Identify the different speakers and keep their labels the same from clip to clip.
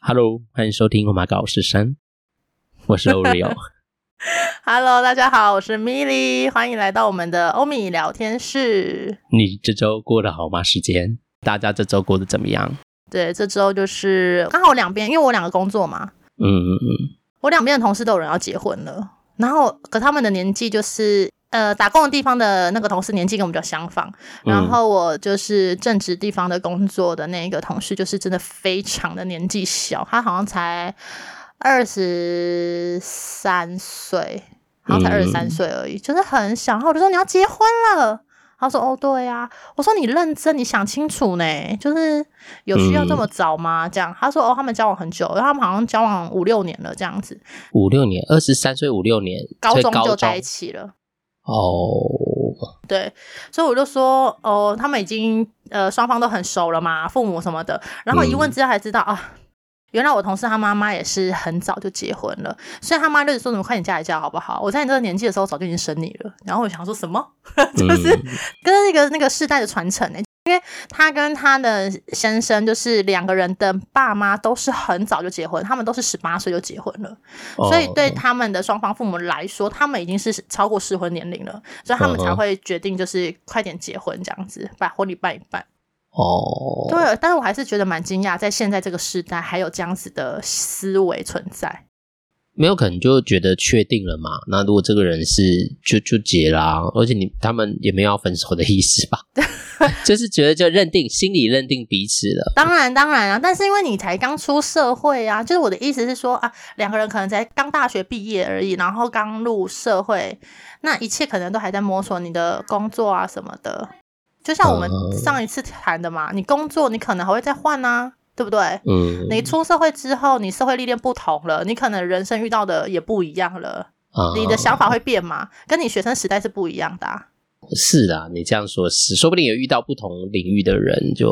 Speaker 1: Hello，欢迎收听《我马搞十三》，我是 Oreo。
Speaker 2: Hello，大家好，我是 Milly，欢迎来到我们的欧米聊天室。
Speaker 1: 你这周过得好吗？时间，大家这周过得怎么样？
Speaker 2: 对，这周就是刚好两边，因为我两个工作嘛，
Speaker 1: 嗯嗯嗯，
Speaker 2: 我两边的同事都有人要结婚了，然后可他们的年纪就是。呃，打工的地方的那个同事年纪跟我们比较相仿，然
Speaker 1: 嗯
Speaker 2: 后我就是正职地方的工作的那个同事，就是真的非常的年纪小，他好像才二十三岁，好像才二十三
Speaker 1: 嗯
Speaker 2: 岁而已，就是很小。然后我就说你要结婚了，他说哦对呀、我说你认真，你想清楚呢，就是有需要这
Speaker 1: 嗯
Speaker 2: 么早吗？这样，他说哦他们交往很久，然后他们好像交往五六年了这样子，
Speaker 1: 五六年，二十三岁，五六年，
Speaker 2: 高
Speaker 1: 所
Speaker 2: 中
Speaker 1: 以高
Speaker 2: 就
Speaker 1: 中
Speaker 2: 在一起了。
Speaker 1: 哦，
Speaker 2: 对，所以我就说，哦，他们已经呃双方都很熟了嘛，父母什么的。然后一
Speaker 1: 嗯
Speaker 2: 问之下才知道、啊，原来我同事他妈妈也是很早就结婚了，所以他妈就是说，你快点嫁一嫁好不好？我在你这个年纪的时候早就已经生你了。然后我想说什么， 就是
Speaker 1: 嗯
Speaker 2: 跟那个那个世代的传承欸呢、因为她跟她的先生就是两个人的爸妈都是很早就结婚，他们都是十八岁就结婚了。所以对
Speaker 1: 哦
Speaker 2: 他们的双方父母来说，他们已经是超过适婚年龄了，所以他们
Speaker 1: 嗯
Speaker 2: 才
Speaker 1: 哼
Speaker 2: 会决定就是快点结婚这样子，把婚礼办一办。
Speaker 1: 哦，
Speaker 2: 对，但是我还是觉得蛮惊讶，在现在这个时代还有这样子的思维存在。
Speaker 1: 没有可能就觉得确定了嘛。那如果这个人是就就结啦、而且你他们也没有要分手的意思 吧？就是觉得就认定心里认定彼此了。
Speaker 2: 当然，当然啊，但是因为你才刚出社会啊，就是我的意思是说啊，两个人可能才刚大学毕业而已，然后刚入社会，那一切可能都还在摸索你的工作啊什么的。就像我们
Speaker 1: 嗯
Speaker 2: 上一次谈的嘛，你工作你可能还会再换啊，对不对？
Speaker 1: 嗯，
Speaker 2: 你出社会之后，你社会历练不同了，你可能人生遇到的也不一样了，
Speaker 1: 啊
Speaker 2: 你的想法会变嘛，跟你学生时代是不一样的、啊。
Speaker 1: 是啊，你这样说是，说不定有遇到不同领域的人就，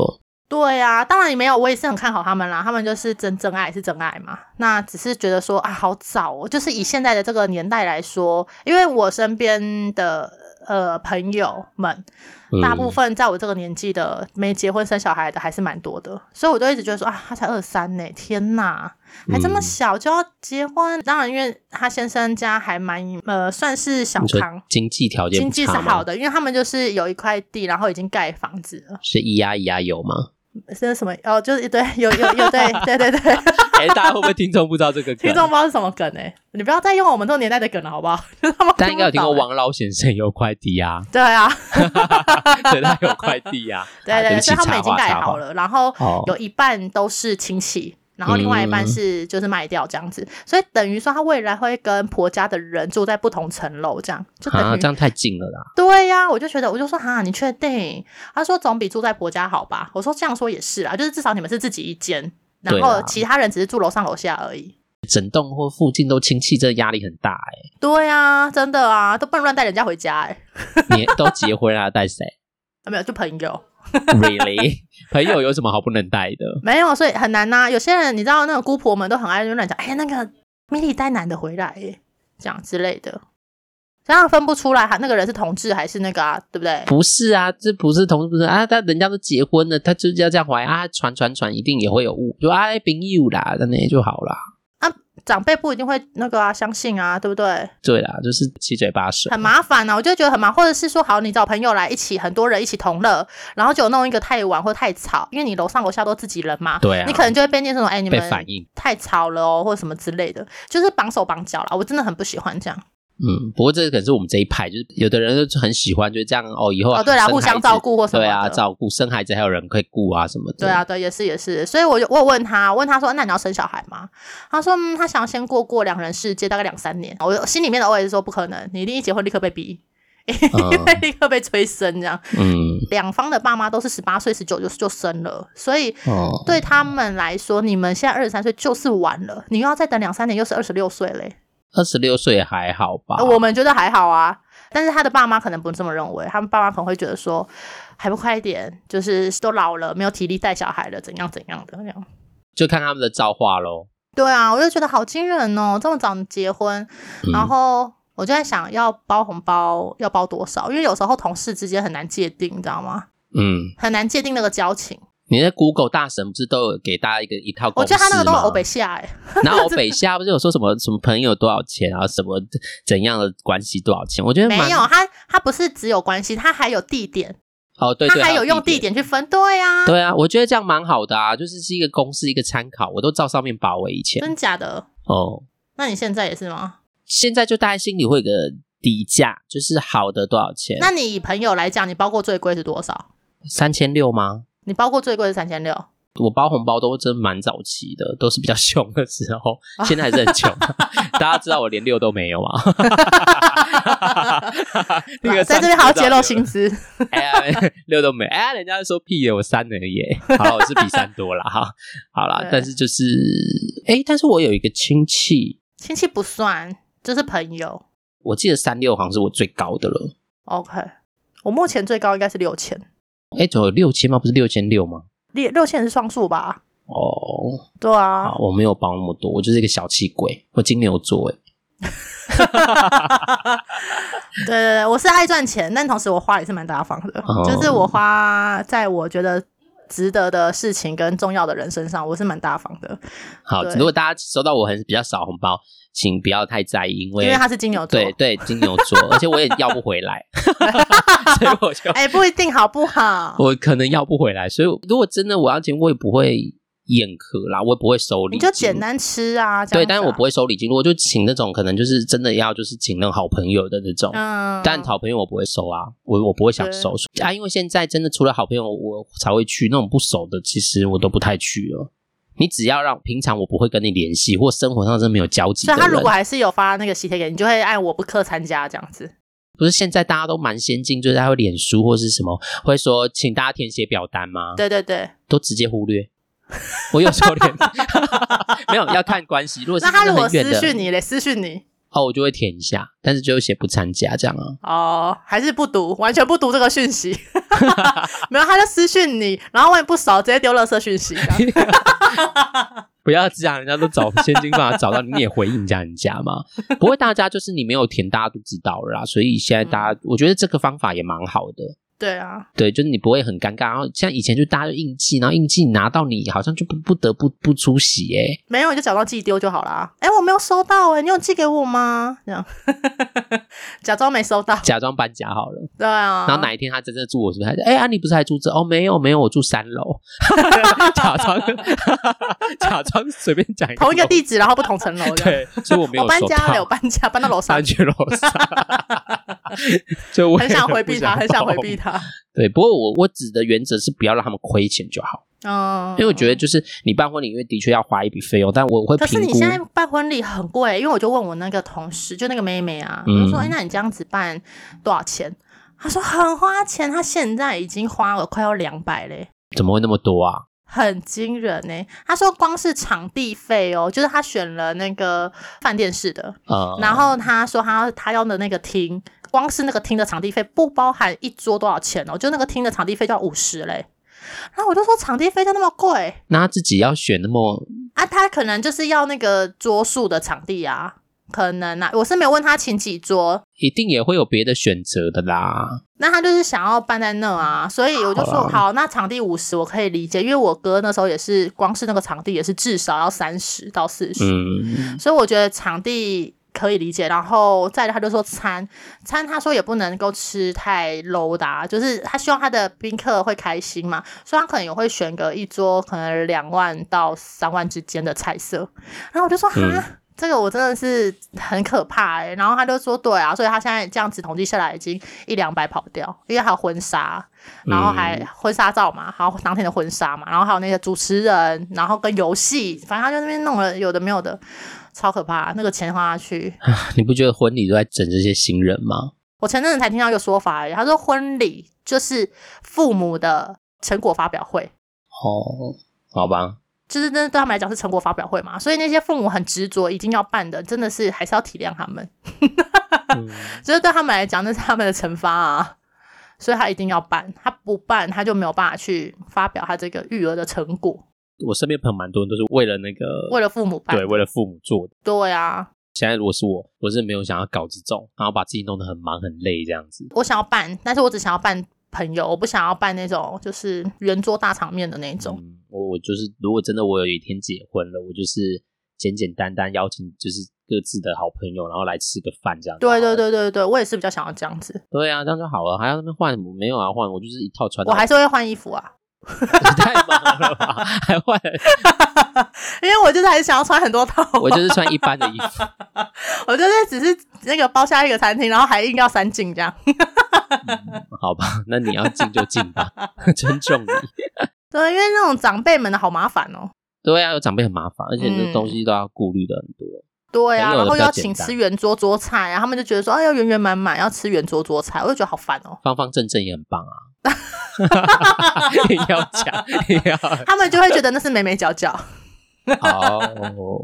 Speaker 2: 对啊，当然也没有，我也
Speaker 1: 嗯
Speaker 2: 是很看好他们啦，他们就是真真爱是真爱嘛。那只是觉得说啊，好早哦，就是以现在的这个年代来说，因为我身边的呃朋友们，
Speaker 1: 嗯、
Speaker 2: 大部分在我这个年纪的没结婚生小孩的还是蛮多的，所以我就一直觉得说啊，他才二三呢，天呐，还这么
Speaker 1: 嗯
Speaker 2: 小就要结婚。当然，因为他先生家还蛮呃，算是小
Speaker 1: 你说
Speaker 2: 康，
Speaker 1: 经济条件
Speaker 2: 经
Speaker 1: 不
Speaker 2: 济是
Speaker 1: 差吗
Speaker 2: 好，的，因为他们就是有一块地，然后已经盖房子了。
Speaker 1: 是咿呀咿呀有吗？
Speaker 2: 是什么？哦，就是对，有有有，对对对对，
Speaker 1: 哎、大家会不会听众不知道这个梗？
Speaker 2: 听众不知道是什么梗哎、你不要再用我们这个年代的梗了，好 不好？就是他们
Speaker 1: 大家应该有听过
Speaker 2: 不懂欸
Speaker 1: 王老先生有快递啊，
Speaker 2: 对啊，
Speaker 1: 对，他有快递啊，
Speaker 2: 对
Speaker 1: 啊对
Speaker 2: 对对，
Speaker 1: 不起
Speaker 2: 所以他们
Speaker 1: 插
Speaker 2: 已经
Speaker 1: 话
Speaker 2: 盖
Speaker 1: 插
Speaker 2: 好
Speaker 1: 话
Speaker 2: 了，然后
Speaker 1: 哦
Speaker 2: 有一半都是亲戚，然后另外一半
Speaker 1: 嗯
Speaker 2: 是就是卖掉这样子，所以等于说她未来会跟婆家的人住在不同层楼，这样就等
Speaker 1: 啊，
Speaker 2: 于、
Speaker 1: 这样太近了啦，
Speaker 2: 对呀、我就觉得我就说哈，你确定？她说总比住在婆家好吧？我说这样说也是啦，啊就是至少你们是自己一间，
Speaker 1: 对啊
Speaker 2: 然
Speaker 1: 啦
Speaker 2: 后其他人只是住楼上楼下而已。
Speaker 1: 整栋或附近都亲戚，这压力很大哎、
Speaker 2: 对啊，真的啊，都不能乱带人家回家哎、
Speaker 1: 你都结婚了，带 谁
Speaker 2: 啊没有，就朋友
Speaker 1: ？Really？朋友有什么好不能带的？
Speaker 2: 没有，所以很难呐、有些人你知道，那个姑婆们都很爱乱讲，哎、那个米莉带男的回来耶，这样之类的，这样分不出来，他那个人是同志还是那个啊，对不对？
Speaker 1: 不是啊，这不是同事，不是啊，他人家都结婚了，他就是要这样怀啊，传传传，一定也会有误，就啊，朋友啦，那那就好啦。
Speaker 2: 长辈不一定会那个啊，相信啊，对不对？
Speaker 1: 对啦，就是七嘴八 舌，
Speaker 2: 很麻烦啊，我就觉得很麻烦，或者是说，好，你找朋友来一起，很多人一起同乐，然后就弄一个太晚或太吵，因为你楼上楼下都自己人嘛，
Speaker 1: 对啊
Speaker 2: 你可能就会被念成哎、你
Speaker 1: 被
Speaker 2: 们
Speaker 1: 反应。
Speaker 2: 太吵了哦，或者什么之类的，就是绑手绑脚啦，我真的很不喜欢这样。
Speaker 1: 嗯，不过这个可能是我们这一派，就是有的人就很喜欢，就是这样哦，以后
Speaker 2: 哦，对啦，
Speaker 1: 生
Speaker 2: 互
Speaker 1: 孩
Speaker 2: 相
Speaker 1: 子
Speaker 2: 照顾或什么
Speaker 1: 对
Speaker 2: 的。
Speaker 1: 啊，照顾生孩子还有人可以顾啊什么的，
Speaker 2: 对啊，，对，也是也是，所以我就我有问他，我问他说，那你要生小孩吗？他说，嗯，他想先过过两人世界，大概两三年。我心里面的 OS 说不可能，你一定一结婚立刻被逼， 因为立刻被催生这样。
Speaker 1: 嗯，
Speaker 2: 两方的爸妈都是十八岁、十九就就生了，所以
Speaker 1: 哦，
Speaker 2: 对他们来说，你们现在二十三岁就是晚了，你又要再等两三年，又是二十六岁嘞。
Speaker 1: 二十六岁还好吧？
Speaker 2: 呃我们觉得还好啊，但是他的爸妈可能不这么认为，他们爸妈可能会觉得说，还不快一点，就是都老了，没有体力带小孩了，怎样怎样的那样。
Speaker 1: 就看他们的造化喽。
Speaker 2: 对啊，我就觉得好惊人哦，这么早结婚，
Speaker 1: 嗯
Speaker 2: 然后我就在想要包红包要包多少，因为有时候同事之间很难界定，你知道吗？
Speaker 1: 嗯，
Speaker 2: 很难界定那个交情。
Speaker 1: 你在 Google 大神不是都有给大家一个一套公
Speaker 2: 我
Speaker 1: 式
Speaker 2: 觉
Speaker 1: 吗？
Speaker 2: 得他那个都很欧北下哎、
Speaker 1: 然后北下不是有说什么什么朋友多少钱啊，什么怎样的关系多少钱？我觉得
Speaker 2: 没
Speaker 1: 蛮
Speaker 2: 有啊他，他不是只有关系，他还有地点，
Speaker 1: 哦，对对，
Speaker 2: 他还有
Speaker 1: 有
Speaker 2: 用地
Speaker 1: 点。
Speaker 2: 点去分，对啊，
Speaker 1: 对啊，我觉得这样蛮好的啊，就是是一个公式，一个参考，我都照上面把我以前
Speaker 2: 真假的？
Speaker 1: 哦，
Speaker 2: 那你现在也是吗？
Speaker 1: 现在就大家心里会有个底价，就是好的多少钱？
Speaker 2: 那你以朋友来讲，你包括最贵是多少？
Speaker 1: 三千六吗？
Speaker 2: 你包括最贵是三千六，
Speaker 1: 我包红包都真蛮早期的，都是比较穷的时候，
Speaker 2: 哦
Speaker 1: 现在还是很 穷。大家知道我连六都没有嘛？ 那个
Speaker 2: 在这边还要揭露
Speaker 1: 心
Speaker 2: 薪资，
Speaker 1: 哎呀， 六都没，哎呀，人家就说屁耶，我三而已耶。好了，我是比三多了哈。好啦
Speaker 2: 对，
Speaker 1: 但是就是，哎，但是我有一个亲戚，
Speaker 2: 亲戚不算，就是朋友。
Speaker 1: 我记得三六好像是我最高的了。
Speaker 2: OK，我目前最高应该是六千，
Speaker 1: 哎，总有六千吗？不是六千六吗？
Speaker 2: 六六千是双数吧？
Speaker 1: 哦，
Speaker 2: 对啊
Speaker 1: 好，，我没有包那么多，我就是一个小气鬼，我金牛座哎。
Speaker 2: 对对对，我是爱赚钱，但同时我花也是蛮大方的，
Speaker 1: 哦
Speaker 2: 就是我花在我觉得值得的事情跟重要的人身上，我是蛮大方的，
Speaker 1: 好，
Speaker 2: 对
Speaker 1: 如果大家收到我很比较少红包，请不要太在意，因为
Speaker 2: 因为他是金牛座。
Speaker 1: 对对金牛座，而且我也要不回来， 所以我就
Speaker 2: 哎、不一定好不好？
Speaker 1: 我可能要不回来，所以如果真的我要钱，我也不会宴客啦，我也不会收礼
Speaker 2: 你
Speaker 1: 金，
Speaker 2: 就简单吃啊，这样
Speaker 1: 对，
Speaker 2: 子啊
Speaker 1: 但是我不会收礼金，我就请那种可能就是真的要就是请那种好朋友的那种。
Speaker 2: 嗯，
Speaker 1: 但好朋友我不会收啊，我我不会想收啊，因为现在真的除了好朋友我才会去，那种不熟的其实我都不太去了。你只要让平常我不会跟你联系，或生活上真的没有交集的
Speaker 2: 所以
Speaker 1: 人，
Speaker 2: 他如果还是有发那个喜帖给你，你就会按我不客参加这样子。
Speaker 1: 不是现在大家都蛮先进，就是他会脸书或是什么会说请大家填写表单吗？
Speaker 2: 对对对，
Speaker 1: 都直接忽略。 我有时候 连 没有要看关系，如果是
Speaker 2: 那他
Speaker 1: 真
Speaker 2: 如
Speaker 1: 的
Speaker 2: 果
Speaker 1: 很远
Speaker 2: 私讯
Speaker 1: 的
Speaker 2: 你嘞，私讯你
Speaker 1: 哦，我就会填一下，但是就会写不参加这样啊。
Speaker 2: 哦，还是不读，完全不读这个 讯息，没有，他就私讯你，然后万一不熟，直接丢垃圾讯息这样。
Speaker 1: 不要这样，人家都找千金办法找到你，你也回应一下人家 嘛。不过大家就是你没有填，大家都知道了啦。所以现在大家，
Speaker 2: 嗯
Speaker 1: 我觉得这个方法也蛮好的。
Speaker 2: 对啊，
Speaker 1: 对，就是你不会很尴尬。然后像以前就大家就应记，然后应记拿到你好像就不不得不不出席哎、
Speaker 2: 没有你就假装自己丢就好啦。哎、我没有收到哎、你有寄给我吗？这样 假装没收到。
Speaker 1: 假装搬家好了。
Speaker 2: 对啊，
Speaker 1: 然后哪一天他真正住我是不是？哎、啊，你不是还住这？哦，没有没有，我住三楼， 假装 假装随便讲一
Speaker 2: 同一个
Speaker 1: 楼
Speaker 2: 地址，然后不同层楼这样。
Speaker 1: 对，所以我没有
Speaker 2: 我搬
Speaker 1: 收
Speaker 2: 家
Speaker 1: 到
Speaker 2: 了，我搬家搬到楼上
Speaker 1: 搬，去楼上， 所以我
Speaker 2: 很想回
Speaker 1: 也
Speaker 2: 避
Speaker 1: 不
Speaker 2: 他，很想回
Speaker 1: 报
Speaker 2: 避他。
Speaker 1: 对，不过我我指的原则是不要让他们亏钱就好，
Speaker 2: 嗯，
Speaker 1: 因为我觉得就是你办婚礼，因为的确要花一笔费用，但我会
Speaker 2: 可是
Speaker 1: 评
Speaker 2: 你
Speaker 1: 估
Speaker 2: 现在办婚礼很贵，因为我就问我那个同事，就那个妹妹啊，我就说：“
Speaker 1: 嗯
Speaker 2: 哎、那你这样子办多少钱？”她说：“很花钱，她现在已经花了快要两百嘞。”
Speaker 1: 怎么会那么多啊？
Speaker 2: 很惊人呢、她说光是场地费哦，就是她选了那个饭店式的，
Speaker 1: 呃，
Speaker 2: 然后她说她她要的那个厅，光是那个厅的场地费不包含一桌多少钱哦，就那个厅的场地费就要五十嘞。然后我就说场地费就那么贵
Speaker 1: 那他自己要选那么
Speaker 2: 啊，她可能就是要那个桌数的场地啊，可能啊，我是没有问她请几桌，
Speaker 1: 一定也会有别的选择的啦。
Speaker 2: 那他就是想要办在那啊，所以我就说
Speaker 1: 好
Speaker 2: 好
Speaker 1: 啦
Speaker 2: 那场地五十我可以理解，因为我哥那时候也是光是那个场地也是至少要三十到四十、
Speaker 1: 嗯，
Speaker 2: 所以我觉得场地可以理解。然后再来他就说餐餐，他说也不能够吃太 low 的、啊，就是他希望他的宾客会开心嘛，所以他可能也会选个一桌可能两万到三万之间的菜色。然后我就说哈。
Speaker 1: 嗯
Speaker 2: 这个我真的是很可怕哎、然后他就说对啊，所以他现在这样子统计下来已经一两百跑掉，因为还有婚纱，然后还婚纱照嘛，还有当天的婚纱嘛，然后还有那个主持人，然后跟游戏，反正他就那边弄了有的没有的，超可怕，啊那个钱花下去。
Speaker 1: 你不觉得婚礼都在整这些新人吗？
Speaker 2: 我前阵子才听到一个说法而已，他说婚礼就是父母的成果发表会，
Speaker 1: 哦，好吧，
Speaker 2: 就是真的对他们来讲是成果发表会嘛，所以那些父母很执着一定要办的，真的是还是要体谅他们，
Speaker 1: 嗯
Speaker 2: 嗯就是对他们来讲那是他们的惩罚啊。所以他一定要办，他不办他就没有办法去发表他这个育儿的成果，
Speaker 1: 我身边朋友蛮多人都是为了那个，
Speaker 2: 为了父母办。
Speaker 1: 对，为了父母做的。
Speaker 2: 对啊，
Speaker 1: 现在如果是我，我是没有想要搞这种，然后把自己弄得很忙很累这样子。
Speaker 2: 我想要办，但是我只想要办朋友，我不想要办那种就是圆桌大场面的那种。
Speaker 1: 嗯，我我就是，如果真的我有一天结婚了，我就是简简单单邀请就是各自的好朋友，然后来吃个饭这样。
Speaker 2: 对对，对对对，我也是比较想要这样子，
Speaker 1: 对啊，这样就好了，还要那边换？我没有啊，换我就是一套穿到。
Speaker 2: 我还是会换衣 服啊，
Speaker 1: 太忙了吧，还换？
Speaker 2: 因为我就是还是想要穿很多套啊。
Speaker 1: 我就是穿一般的衣服，
Speaker 2: 我就是只是那个包下一个餐厅，然后还硬要三进这样。
Speaker 1: 好吧？那你要进就进 吧，尊重你。
Speaker 2: 对，因为那种长辈们的好麻烦哦。
Speaker 1: 对啊，有长辈很麻烦，而且这
Speaker 2: 嗯
Speaker 1: 东西都要顾虑的很多。
Speaker 2: 对啊，
Speaker 1: 朋友的
Speaker 2: 然后
Speaker 1: 比
Speaker 2: 又
Speaker 1: 较
Speaker 2: 要
Speaker 1: 简
Speaker 2: 请
Speaker 1: 单
Speaker 2: 吃圆桌桌菜啊，他们就觉得说，哎，要圆圆满满，要吃圆桌桌菜，我就觉得好烦哦。
Speaker 1: 方方正正也很棒 啊，也要讲，也 要
Speaker 2: 他们就会觉得那是美美角角，
Speaker 1: 哦，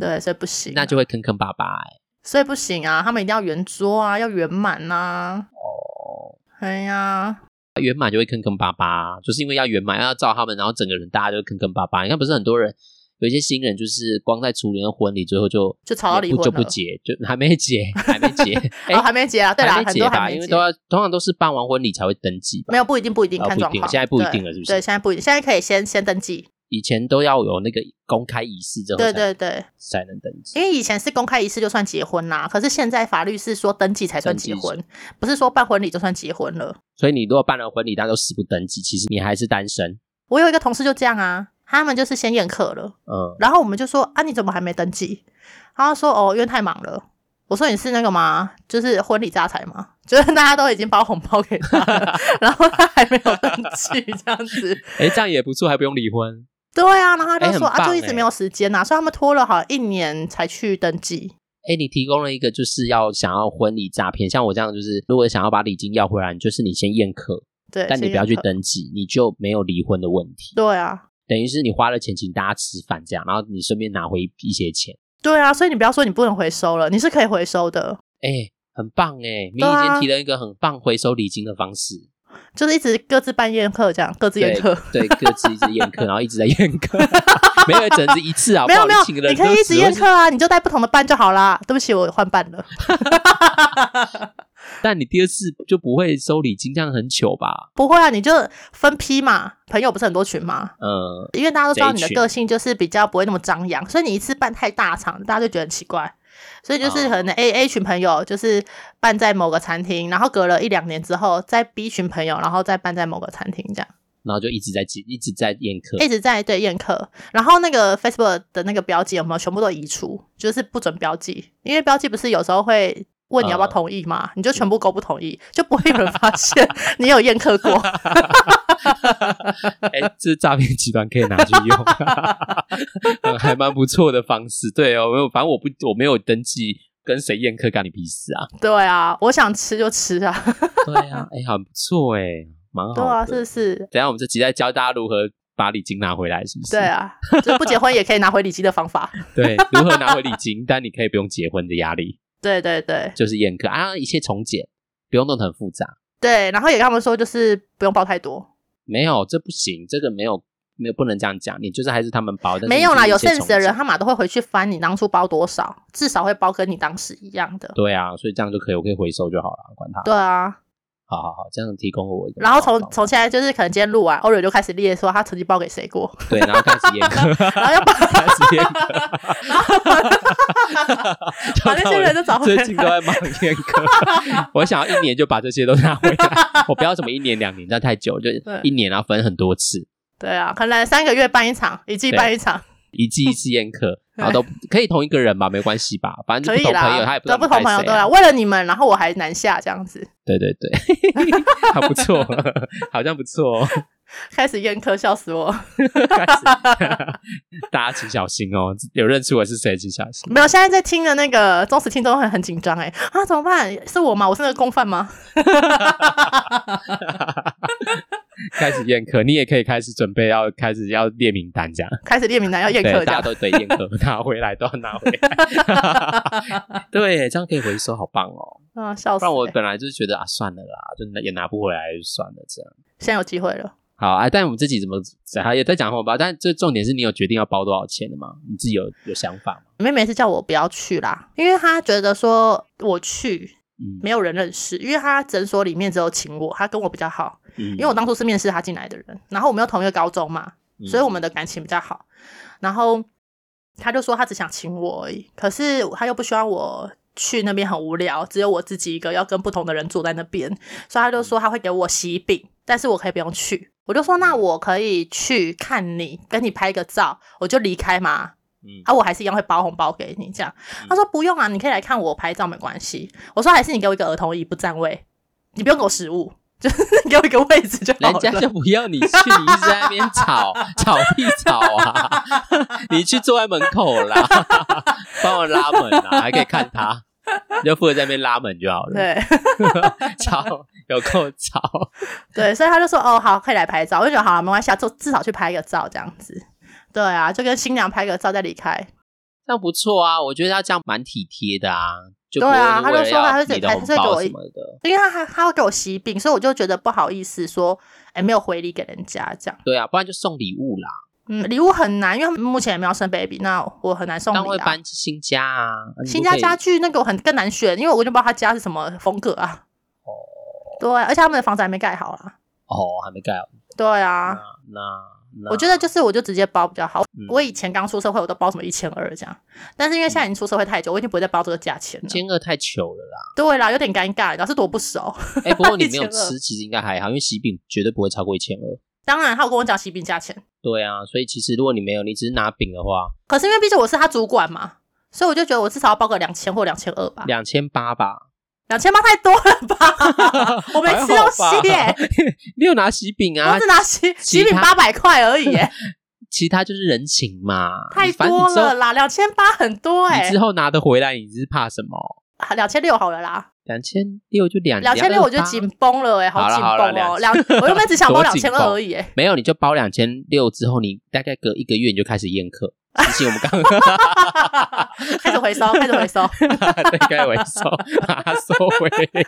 Speaker 2: 对，所以不行，
Speaker 1: 那就会坑坑巴巴哎、
Speaker 2: 所以不行啊，他们一定要圆桌啊，要圆满呐。
Speaker 1: 哦，
Speaker 2: 哎呀，
Speaker 1: 圆满就会坑坑巴巴，就是因为要圆满，要照他们，然后整个人大家就坑坑巴巴。你看，不是很多人。有一些新人就是光在处理那婚礼，最后就
Speaker 2: 就吵到离婚了
Speaker 1: 就不结，就还没结，还没 结，哎、
Speaker 2: 哦，还没结啊，对啦，
Speaker 1: 还没
Speaker 2: 很
Speaker 1: 结
Speaker 2: 多
Speaker 1: 吧？
Speaker 2: 还
Speaker 1: 因为
Speaker 2: 没
Speaker 1: 都
Speaker 2: 结。
Speaker 1: 要通常都是办完婚礼才会登记吧？
Speaker 2: 没有不一定，不一定
Speaker 1: 哦
Speaker 2: 看
Speaker 1: 不一
Speaker 2: 状
Speaker 1: 定
Speaker 2: 况。
Speaker 1: 现在不一
Speaker 2: 对
Speaker 1: 定了是不是
Speaker 2: 对，现在不一定，现在可以先先登记。
Speaker 1: 以前都要有那个公开仪式之后才
Speaker 2: 对对对，
Speaker 1: 才能登记
Speaker 2: 因。为以前是公开仪式就算结婚啦，可是现在法律是说登记才算结婚，不是说办婚礼就算结婚了。
Speaker 1: 所以你如果办了婚礼，但都死不登记，其实你还是单身。
Speaker 2: 我有一个同事就这样啊，他们就是先宴客了，
Speaker 1: 嗯，
Speaker 2: 然后我们就说啊，你怎么还没登记？他说哦，因为太忙了。我说你是那个吗？就是婚礼榨财吗？ 就是大家都已经包红包给他了， 然后他还没有登记这样子。
Speaker 1: 哎，这样也不错，还不用离婚。
Speaker 2: 对啊，然后他
Speaker 1: 哎
Speaker 2: 就
Speaker 1: 很
Speaker 2: 说、啊，
Speaker 1: 棒
Speaker 2: 就一直
Speaker 1: 哎
Speaker 2: 没有时间呐、所以他们拖了好像一年才去登记。
Speaker 1: 哎，你提供了一个就是要想要婚礼诈骗，像我这样就是，如果想要把礼金要回来，你就是你先宴客，
Speaker 2: 对，
Speaker 1: 但你
Speaker 2: 先
Speaker 1: 不要
Speaker 2: 宴
Speaker 1: 去
Speaker 2: 客。
Speaker 1: 登记，你就没有离婚的问题。
Speaker 2: 对啊，
Speaker 1: 等于是你花了钱请大家吃饭这样，然后你顺便拿回一些钱，
Speaker 2: 对啊，所以你不要说你不能回收了，你是可以回收的，
Speaker 1: 哎，很棒哎！你
Speaker 2: 对
Speaker 1: 已
Speaker 2: 啊
Speaker 1: 经提了一个很棒回收礼金的方式，
Speaker 2: 就是一直各自办宴客这样，各自宴客。
Speaker 1: 对，各自一直宴客，然后一直在宴客， 没有只能是一次啊，
Speaker 2: 没有没有，
Speaker 1: 请人
Speaker 2: 你可以一直宴客啊，你就带不同的伴就好啦。对不起，我换伴了。
Speaker 1: 但你第二次就不会收礼金，这样很糗吧？
Speaker 2: 不会啊，你就分批嘛，朋友不是很多群嘛，
Speaker 1: 嗯，
Speaker 2: 因为大家都知道你的
Speaker 1: 这一群
Speaker 2: 个性就是比较不会那么张扬，所以你一次办太大场，大家就觉得很奇怪。所以
Speaker 1: 啊
Speaker 2: 就是可能 A、A 群朋友就是办在某个餐厅，然后隔了一两年之后，再 B 群朋友，然后再办在某个餐厅这样。
Speaker 1: 然后就一直在一直在宴客，
Speaker 2: 一直在对宴客，然后那个 Facebook 的那个标记有没有全部都移除？就是不准标记，因为标记不是有时候会问你要不要
Speaker 1: 嗯
Speaker 2: 同意嘛，你就全部勾不同意，就不会有人发 现你有宴客过。
Speaker 1: 哎、这诈骗集团可以拿去用，嗯 还蛮不错的方式。对哦，没有，反正我不我没有登记。跟谁宴客干你屁事啊？
Speaker 2: 对啊，我想吃就吃啊，
Speaker 1: 对啊，哎、很不错哎、蛮好的。
Speaker 2: 对啊，是不是？
Speaker 1: 等一下我们这集在教大家如何把礼金拿回来，是不是？
Speaker 2: 对 啊，就是不结婚也可以拿回礼金的方法。
Speaker 1: 对，如何拿回礼金，但你可以不用结婚的压力，
Speaker 2: 对对对
Speaker 1: 就是宴客啊，一切从简，不用弄得很复杂。
Speaker 2: 对，然后也跟他们说，就是不用报太多，
Speaker 1: 没有，这不行，这个没有没有不能这样讲，你就是还是他们包，但是
Speaker 2: 没有啦，
Speaker 1: 你
Speaker 2: 有
Speaker 1: 就是一切
Speaker 2: sense 的人，
Speaker 1: 从
Speaker 2: 他马都会回去翻你当初包多少，至少会包跟你当时一样的
Speaker 1: 简。对啊，所以这样就可以，我可以回收就好了，管他。
Speaker 2: 对啊，
Speaker 1: 好好好，这样提供啊了我一个
Speaker 2: 然
Speaker 1: 方
Speaker 2: 后
Speaker 1: 法。
Speaker 2: 从从现在就是可能今天录完，欧瑞就开始列说他曾经包给谁过，
Speaker 1: 对，然后开始宴客，
Speaker 2: 然后要把
Speaker 1: 开始宴客，
Speaker 2: 把那些人都找回来
Speaker 1: 最近都在忙宴客，我想要一年就把这些都拿回来，我不要什么一年两年，这样太久，就
Speaker 2: 对
Speaker 1: 一年然后分很多次，
Speaker 2: 对啊，可能三个月办一场，一季办一场，
Speaker 1: 一季一次宴 客，然后都可以同一个人吧，没关系吧，反正
Speaker 2: 可
Speaker 1: 就不
Speaker 2: 以
Speaker 1: 同朋友，他
Speaker 2: 啦
Speaker 1: 也，不知
Speaker 2: 对
Speaker 1: 道
Speaker 2: 不同朋友
Speaker 1: 你
Speaker 2: 对
Speaker 1: 带谁啊
Speaker 2: 啦，为了你们，然后我还南下这样子，
Speaker 1: 对对对，还不错，好像不错、哦。
Speaker 2: 开始宴客，笑死我！
Speaker 1: 开始大家请小心哦，有认出我是谁，请小心。
Speaker 2: 没有，现在在听的那个忠实听众会很紧张哎，啊怎么办？是我吗？我是那个共犯吗？
Speaker 1: 开始宴客，你也可以开始准备要开始要列名单这样。
Speaker 2: 开始列名单要宴
Speaker 1: 对，
Speaker 2: 客这
Speaker 1: 大家
Speaker 2: 样，
Speaker 1: 都得宴客， 拿回来都要拿回来。对，这样可以回收，好棒哦。
Speaker 2: 啊笑
Speaker 1: 不
Speaker 2: 死
Speaker 1: 然我
Speaker 2: 欸！
Speaker 1: 本来就觉得啊，算了啦，就拿也拿不回来，就算了这样。
Speaker 2: 现在有机会了，
Speaker 1: 好啊，但我们自己怎么还也在讲红包，但这重点是你有决定要包多少钱的吗？你自己有有想法吗？
Speaker 2: 妹妹是叫我不要去啦，因为她觉得说我去
Speaker 1: 嗯
Speaker 2: 没有人认识，因为他诊所里面只有请我，他跟我比较好，
Speaker 1: 嗯，
Speaker 2: 因为我当初是面试他进来的人，然后我们又同一个高中嘛，
Speaker 1: 嗯
Speaker 2: 所以我们的感情比较好。然后他就说他只想请我而已，可是他又不希望我去那边很无聊，只有我自己一个要跟不同的人住在那边，所以他就
Speaker 1: 嗯
Speaker 2: 说他会给我喜饼，但是我可以不用去。我就说那我可以去看你，跟你拍个照，我就离开嘛。
Speaker 1: 嗯
Speaker 2: 啊，我还是一样会包红包给你这样。他说不用啊，你可以来看我拍照没关系。我说还是你给我一个儿童椅不占位，你不用给我食物， 就是你给我一个位置就好
Speaker 1: 人
Speaker 2: 了。
Speaker 1: 家就不要你去，你一直在那边吵吵屁吵啊！ 你去坐在门口啦，帮我拉门啊，还可以看他，你就负责在那边拉门就好了。
Speaker 2: 对。
Speaker 1: 吵有够吵，
Speaker 2: 对，所以他就说哦好，可以来拍照。我就觉得好了，没关系啊，就至少去拍个照这样子。对啊，就跟新娘拍个照再离开。
Speaker 1: 这样不错啊！我觉得他这样蛮体贴的啊。就
Speaker 2: 对啊
Speaker 1: 不会为了要
Speaker 2: 他就说他会
Speaker 1: 你的红包什么的。
Speaker 2: 因为他还他会给我喜饼，所以我就觉得不好意思说，哎，没有回礼给人家这样。
Speaker 1: 对啊，不然就送礼物啦。
Speaker 2: 嗯，礼物很难，因为他们目前也没有生 baby，那我很难送
Speaker 1: 但会
Speaker 2: 礼啊。
Speaker 1: 搬新家啊，
Speaker 2: 新家家
Speaker 1: 具
Speaker 2: 具那个我很更难选，因为我就不知道他家是什么风格啊。对，而且他们的房子还没盖好啦。
Speaker 1: 哦还没盖好。
Speaker 2: 对啊，
Speaker 1: 那那
Speaker 2: 我觉得就是我就直接包比较好。
Speaker 1: 嗯
Speaker 2: 我以前刚出社会，我都包什么一千二这样，但是因为现在已经出社会太久，我已经不会再包这个价钱了。
Speaker 1: 金额太糗了 啦。
Speaker 2: 对啦，有点尴尬，老是多不熟。
Speaker 1: 哎，不过你没
Speaker 2: 一
Speaker 1: 有
Speaker 2: 千二
Speaker 1: 吃，其实应该还好，因为喜饼绝对不会超过一千二。
Speaker 2: 当然，他有跟我讲喜饼价钱，
Speaker 1: 对啊，所以其实如果你没有，你只是拿饼的话，
Speaker 2: 可是因为毕竟我是他主管嘛，所以我就觉得我至少要包个两千或两千二吧，
Speaker 1: 两千八吧。
Speaker 2: 两千八太多 了吧？ 我没吃东西耶、
Speaker 1: 还好吧你有拿喜饼啊
Speaker 2: 我只？拿喜
Speaker 1: 其
Speaker 2: 喜饼
Speaker 1: 他
Speaker 2: 八百块而已耶、
Speaker 1: 其他就是人情嘛，
Speaker 2: 太
Speaker 1: 你反正
Speaker 2: 多
Speaker 1: 你之后
Speaker 2: 了啦，两千八很多哎
Speaker 1: 你之、后拿得回来，你是怕什么？
Speaker 2: 两千六好了啦，
Speaker 1: 两千六就两
Speaker 2: 两千六我就
Speaker 1: 得
Speaker 2: 紧绷了哎、
Speaker 1: 好
Speaker 2: 好
Speaker 1: 啦
Speaker 2: 紧
Speaker 1: 好啦
Speaker 2: 绷哦，两我原本只想包
Speaker 1: 多
Speaker 2: 两
Speaker 1: 紧
Speaker 2: 千
Speaker 1: 绷
Speaker 2: 二而已耶、
Speaker 1: 没有，你就包两千六之后，你大概隔一个月你就开始宴 客。提醒我们刚刚
Speaker 2: 开始回收，开始回收，
Speaker 1: 对该回收，把它收回来，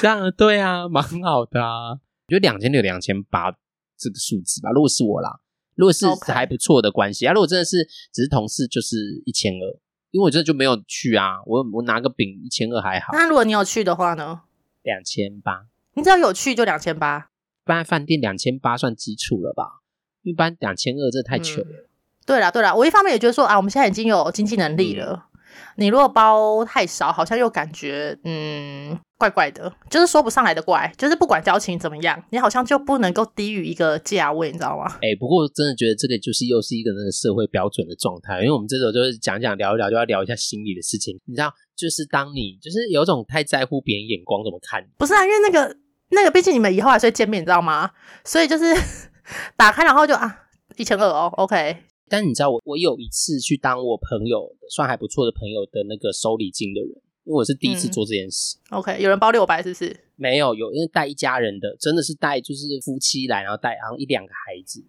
Speaker 1: 这样对啊，蛮好的啊。我觉得两千六、两千八这个数字吧，如果是我啦，如果是
Speaker 2: OK
Speaker 1: 还不错的关系啊，如果真的是只是同事，就是一千二，因为我真的就没有去啊，我我拿个饼一千二还好，
Speaker 2: 那如果你有去的话呢？
Speaker 1: 两千八，
Speaker 2: 你只要有去就两千八，
Speaker 1: 搬在饭店两千八算基础了吧？一般两千二这太糗了。
Speaker 2: 嗯对啦，对啦，我一方面也觉得说啊，我们现在已经有经济能力了，
Speaker 1: 嗯
Speaker 2: 你如果包太少，好像又感觉嗯怪怪的，就是说不上来的怪，就是不管交情怎么样，你好像就不能够低于一个价位，你知道吗？
Speaker 1: 哎、不过真的觉得这个就是又是一个那个社会标准的状态，因为我们这种就是讲讲聊一聊，就要聊一下心理的事情。你知道，就是当你就是有种太在乎别人眼光怎么看你，
Speaker 2: 不是啊，因为那个那个，毕竟你们以后还是会见面，你知道吗？所以就是 打开然后就啊一千二哦，OK，
Speaker 1: 但你知道我，我有一次去当我朋友算还不错的朋友的那个收礼金的人，因为我是第一次
Speaker 2: 嗯
Speaker 1: 做这件事。
Speaker 2: OK，有人包六百是不是？
Speaker 1: 没有有，因为带一家人的，真的是带就是夫妻来，然后带好像一两个孩子，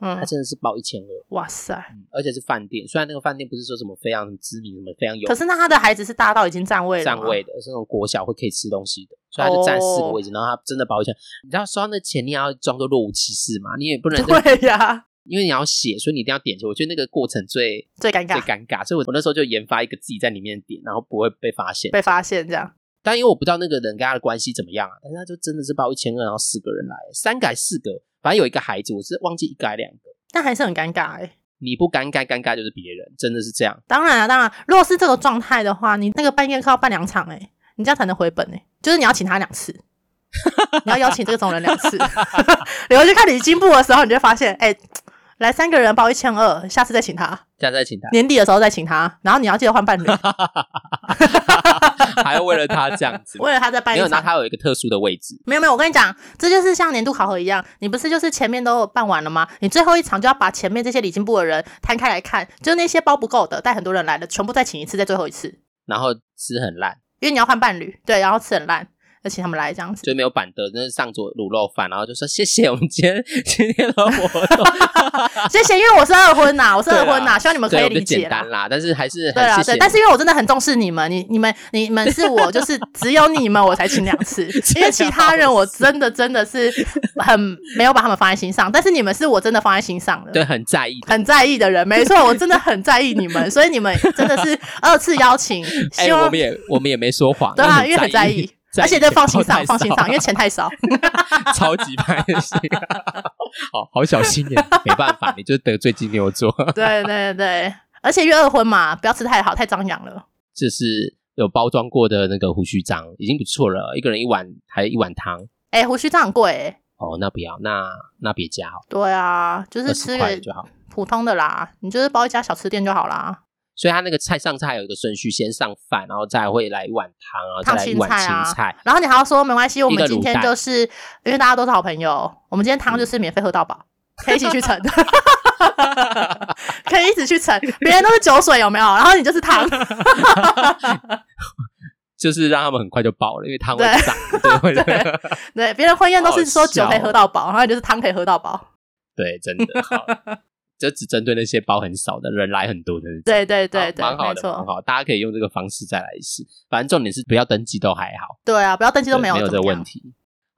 Speaker 1: 他
Speaker 2: 嗯，
Speaker 1: 真的是包一千二，
Speaker 2: 哇塞！
Speaker 1: 嗯而且是饭店。虽然那个饭店不是说什么非常知名，什么非常有
Speaker 2: 可是那他的孩子是大到已经占位了
Speaker 1: 占
Speaker 2: 吗，
Speaker 1: 位的，是那种国小会可以吃东西的，所以他就占四个
Speaker 2: 哦
Speaker 1: 位置，然后他真的包一千。你知道收到那钱，你也要装作若无其事嘛，你也 不能
Speaker 2: 对呀、
Speaker 1: 因为你要写，所以你一定要点球。我觉得那个过程最
Speaker 2: 最尴
Speaker 1: 最
Speaker 2: 尬，
Speaker 1: 尴尬，所以我我那时候就研发一个自己在里面点，然后不会被发现。
Speaker 2: 被发现这样。
Speaker 1: 但因为我不知道那个人跟他的关系怎么样啊，但是他就真的是包一千二，然后四个人来，三个还是四个，反正有一个孩子，我是忘记一个还两个。
Speaker 2: 但还是很尴尬哎、
Speaker 1: 你不尴尬，尴尬就是别人，真的是这样。
Speaker 2: 当然啊，当然，如果是这个状态的话，你那个半夜课要办两场哎、你这样才能回本哎、就是你要请他两次， 你要邀请这种人两次。 你回去看你进步的时候，你就会发现，哎、来三个人包一千二，下次再请他，
Speaker 1: 下次再请他，
Speaker 2: 年底的时候再请他，然后你要记得换伴侣，
Speaker 1: 还要为了他这样子。
Speaker 2: 为了他再办
Speaker 1: 没
Speaker 2: 一
Speaker 1: 有，那
Speaker 2: 场。
Speaker 1: 他有一个特殊的位置，
Speaker 2: 没有没有，我跟你讲，这就是像年度考核一样，你不是就是前面都办完了吗？你最后一场就要把前面这些礼进步的人摊开来看，就是那些包不够的，带很多人来的，全部再请一次，再最后一次。
Speaker 1: 然后吃很烂。
Speaker 2: 因为你要换伴侣，对，然后吃很烂，而且他们来这样 子，
Speaker 1: 就没有板凳，那是上桌卤肉饭，然后就说谢谢我们今天今天的活 动，
Speaker 2: 谢谢，因为我是二婚呐，我是二婚
Speaker 1: 对
Speaker 2: 呐，
Speaker 1: 啦
Speaker 2: 希望你们可
Speaker 1: 对，我
Speaker 2: 以
Speaker 1: 们就
Speaker 2: 理解
Speaker 1: 简
Speaker 2: 啦
Speaker 1: 单。啦，但是还是
Speaker 2: 对
Speaker 1: 很
Speaker 2: 啦，
Speaker 1: 谢谢
Speaker 2: 对，但是因为我真的很重视你们，你你们你们是我就是只有你们我才请两 次，因为其他人我真的真的是很没有把他们放在心上，但是你们是我真的放在心上的，
Speaker 1: 对很在意。
Speaker 2: 很在意的人，没错，我真的很在意你 们，所以你们真的是二次邀请，
Speaker 1: 哎、
Speaker 2: 希望、
Speaker 1: 我们也我们也没说谎，
Speaker 2: 对啊，
Speaker 1: 但
Speaker 2: 因为很在
Speaker 1: 意
Speaker 2: 意，，而且就放心上，
Speaker 1: 钱包
Speaker 2: 放
Speaker 1: 太
Speaker 2: 心
Speaker 1: 少
Speaker 2: 上，因为钱太少，
Speaker 1: 超级拍 戏，好好小心眼，没办法，你就得罪金牛座，
Speaker 2: 对对对，而且因为二婚嘛，不要吃太好，太张扬了。
Speaker 1: 这是有包装过的那个胡须章，已经不错了，一个人一碗还一碗汤。
Speaker 2: 哎、胡须章很贵、欸，
Speaker 1: 哦，那不要，那那别加哦，
Speaker 2: 对啊，就是
Speaker 1: 二
Speaker 2: 吃
Speaker 1: 十
Speaker 2: 个
Speaker 1: 块就好。
Speaker 2: 普通的啦，你就是包一家小吃店就好啦。
Speaker 1: 所以他那个菜上菜有一个顺序，先上饭，然后再会来一碗汤，然后再
Speaker 2: 烫
Speaker 1: 来一
Speaker 2: 青
Speaker 1: 碗
Speaker 2: 菜啊
Speaker 1: 青菜。
Speaker 2: 然后你还要说没关系，我
Speaker 1: 一
Speaker 2: 们
Speaker 1: 个
Speaker 2: 今
Speaker 1: 卤
Speaker 2: 天
Speaker 1: 蛋嗯
Speaker 2: 就是因为大家都是好朋友，我们今天汤就是免费喝到饱， 可以一起去盛， 可以一起去盛。别人都是酒水有没有？然后你就是 汤，
Speaker 1: 就是让他们很快就饱了，因为汤会
Speaker 2: 对
Speaker 1: 涨，对会对
Speaker 2: 对，别人婚宴都是说酒
Speaker 1: 好
Speaker 2: 可
Speaker 1: 笑
Speaker 2: 以喝到饱，然后你就是汤可以喝到饱。
Speaker 1: 对，真的好，就只针对那些包很少的人来很多的，
Speaker 2: 对对对
Speaker 1: 好
Speaker 2: 对，
Speaker 1: 蛮好的，
Speaker 2: 没
Speaker 1: 蛮
Speaker 2: 错，
Speaker 1: 好，大家可以用这个方式再来一次。反正重点是不要登记都还好，
Speaker 2: 对啊，不要登记都
Speaker 1: 对
Speaker 2: 没
Speaker 1: 没
Speaker 2: 有
Speaker 1: 有
Speaker 2: 怎
Speaker 1: 这个
Speaker 2: 么
Speaker 1: 问
Speaker 2: 样
Speaker 1: 题。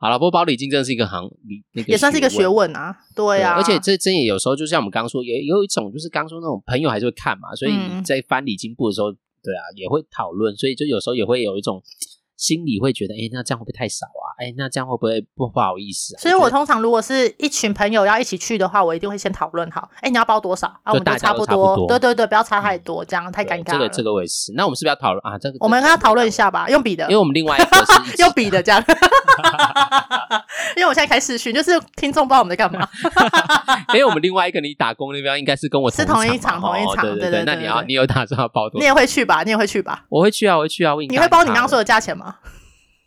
Speaker 1: 好了，不过包礼金真的是一个行，理那个
Speaker 2: 也算是一个学
Speaker 1: 问。
Speaker 2: 问啊。对
Speaker 1: 对
Speaker 2: 啊，
Speaker 1: 而且这这也有时候就像我们刚刚说，也也有一种就是刚刚说那种朋友还是会看嘛，所以
Speaker 2: 嗯
Speaker 1: 你在翻礼金簿的时候，对啊，也会讨论，所以就有时候也会有一种心里会觉得，哎，那这样会不会太少啊？哎，那这样会不会不不好意思啊？
Speaker 2: 所以我
Speaker 1: 就
Speaker 2: 通常如果是一群朋友要一起去的话，我一定会先讨论好，哎、你要包多少啊？我们
Speaker 1: 大家
Speaker 2: 差
Speaker 1: 都
Speaker 2: 不
Speaker 1: 差不多嗯
Speaker 2: 对对对，不要差太多，这样太
Speaker 1: 对
Speaker 2: 尴
Speaker 1: 这
Speaker 2: 尬了。
Speaker 1: 个这个我也是。那我们是不是要讨论啊？这个
Speaker 2: 我们跟他讨论一，下吧，用笔的
Speaker 1: 因为，我们另外一个是一起
Speaker 2: 用笔的这样。 因为我现在开视讯，就是听众不知道我们在 干嘛。
Speaker 1: 因为我们另外一个你打工那边应该是跟我
Speaker 2: 是
Speaker 1: 同
Speaker 2: 同一
Speaker 1: 场嘛
Speaker 2: 场同一
Speaker 1: 哦
Speaker 2: 场
Speaker 1: 对
Speaker 2: 对
Speaker 1: 对。
Speaker 2: 对
Speaker 1: 那
Speaker 2: 对
Speaker 1: 你要
Speaker 2: 对
Speaker 1: 你有打算要报多
Speaker 2: 你
Speaker 1: 少？
Speaker 2: 也会去吧？你也会去吧？
Speaker 1: 我会去啊，我会去啊，我
Speaker 2: 你会包你刚刚说的价钱吗？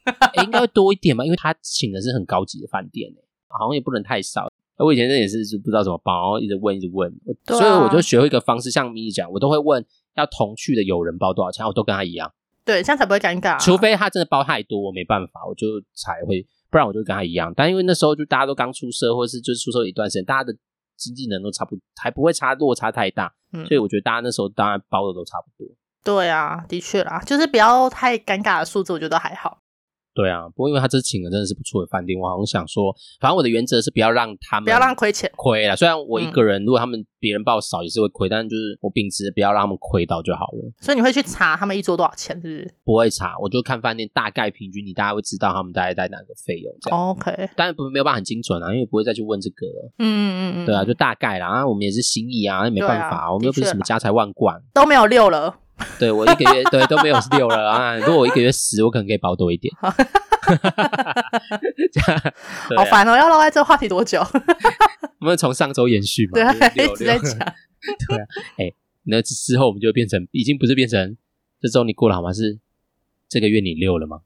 Speaker 1: 诶应该会多一点吧，因为他请的是很高级的饭店、诶好像也不能太少。我以前真的也是是不知道怎么包，然后一直问一直问，我
Speaker 2: 对啊
Speaker 1: 所以我就学会一个方式，像米米讲，我都会问要同去的友人包多少钱，我都跟他一样，
Speaker 2: 对，这样才不会尴尬、啊
Speaker 1: 除非他真的包太多，我没办法，我就才会，不然我就跟他一样。但因为那时候就大家都刚出社，或是就是出社一段时间，大家的经济能力都差不，还不会差落差太大，
Speaker 2: 嗯
Speaker 1: 所以我觉得大家那时候当然包的都差不多。
Speaker 2: 对啊，的确啦，就是不要太尴尬的数字，我觉得还好。
Speaker 1: 对啊，不过因为他这次请的真的是不错的饭店，我好像想说，反正我的原则是不要让他们
Speaker 2: 不要让亏钱。
Speaker 1: 亏了。虽然我一
Speaker 2: 嗯
Speaker 1: 个人，如果他们别人报少也是会亏，但就是我秉持不要让他们亏到就好了，
Speaker 2: 所以你会去查他们一桌多少钱，是不是
Speaker 1: 不会查，我就看饭店大概平均，你大概会知道他们大概在哪个费用
Speaker 2: 哦
Speaker 1: 这样。
Speaker 2: ？OK，
Speaker 1: 当然不没有办法很精准啊，因为不会再去问这个了。
Speaker 2: 嗯嗯嗯，
Speaker 1: 对啊，就大概啦。啊，我们也是心意啊，那没办
Speaker 2: 对
Speaker 1: 法，
Speaker 2: 啊
Speaker 1: 我们又不是什么家财万贯。
Speaker 2: 都没有六了。
Speaker 1: 对我一个月对都没有六了啊，如果我一个月十，我可能可以包多一点。这样对
Speaker 2: 好
Speaker 1: 啊，
Speaker 2: 烦哦，要唠在这话题 多久？
Speaker 1: 我们从上周延续嘛，
Speaker 2: 对啊
Speaker 1: 就是，六
Speaker 2: 一直在
Speaker 1: 六
Speaker 2: 讲。
Speaker 1: 那之后我们就变成，已经不是变成这周你过了好吗？是这个月你六了吗？